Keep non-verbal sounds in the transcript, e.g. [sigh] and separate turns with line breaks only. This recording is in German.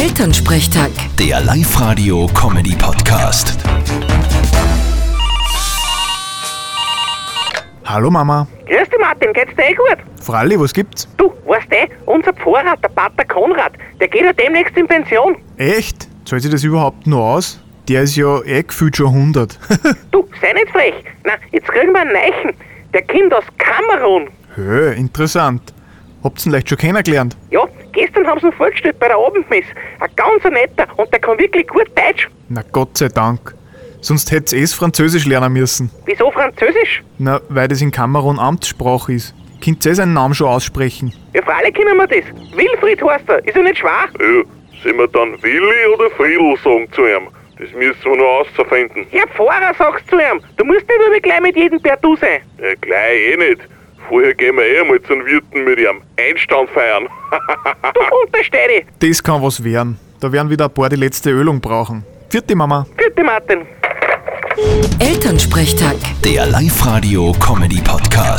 Elternsprechtag.
Der Live-Radio-Comedy-Podcast.
Hallo Mama.
Grüß dich, Martin, geht's dir eh gut?
Fralli, was gibt's?
Du, weißt eh, unser Pfarrer, der Pater Konrad, der geht ja demnächst in Pension.
Echt? Zahlt sich das überhaupt noch aus? Der ist ja eh gefühlt schon 100.
Du, sei nicht frech. Na, jetzt kriegen wir einen Neichen. Der kommt aus Kamerun.
[laughs] Hö, interessant. Habt's ihn leicht schon kennengelernt.
Ja, gestern haben sie ihn vorgestellt bei der Abendmess. Ein ganz netter und der kann wirklich gut Deutsch.
Na Gott sei Dank. Sonst hätt's es Französisch lernen müssen.
Wieso Französisch?
Na, weil das in Kamerun Amtssprache ist. Könnt ihr eh seinen Namen schon aussprechen?
Ja, freilich können wir das. Wilfried heißt er, ist ja nicht schwer.
Ja, Äh, sind wir dann Willi oder Friedel sagen zu ihm? Das müssen wir noch auszufinden.
Herr Pfarrer, sagst du ihm, du musst nicht immer gleich mit jedem per Du sein.
Ja, gleich eh nicht. Vorher gehen wir eh mal zum Wirten mit ihrem Einstand feiern. [laughs]
Du untersteh dich.
Das kann was werden. Da werden wieder ein paar die letzte Ölung brauchen. Vierte Mama.
Gute Martin.
Elternsprechtag.
Der Live-Radio-Comedy-Podcast.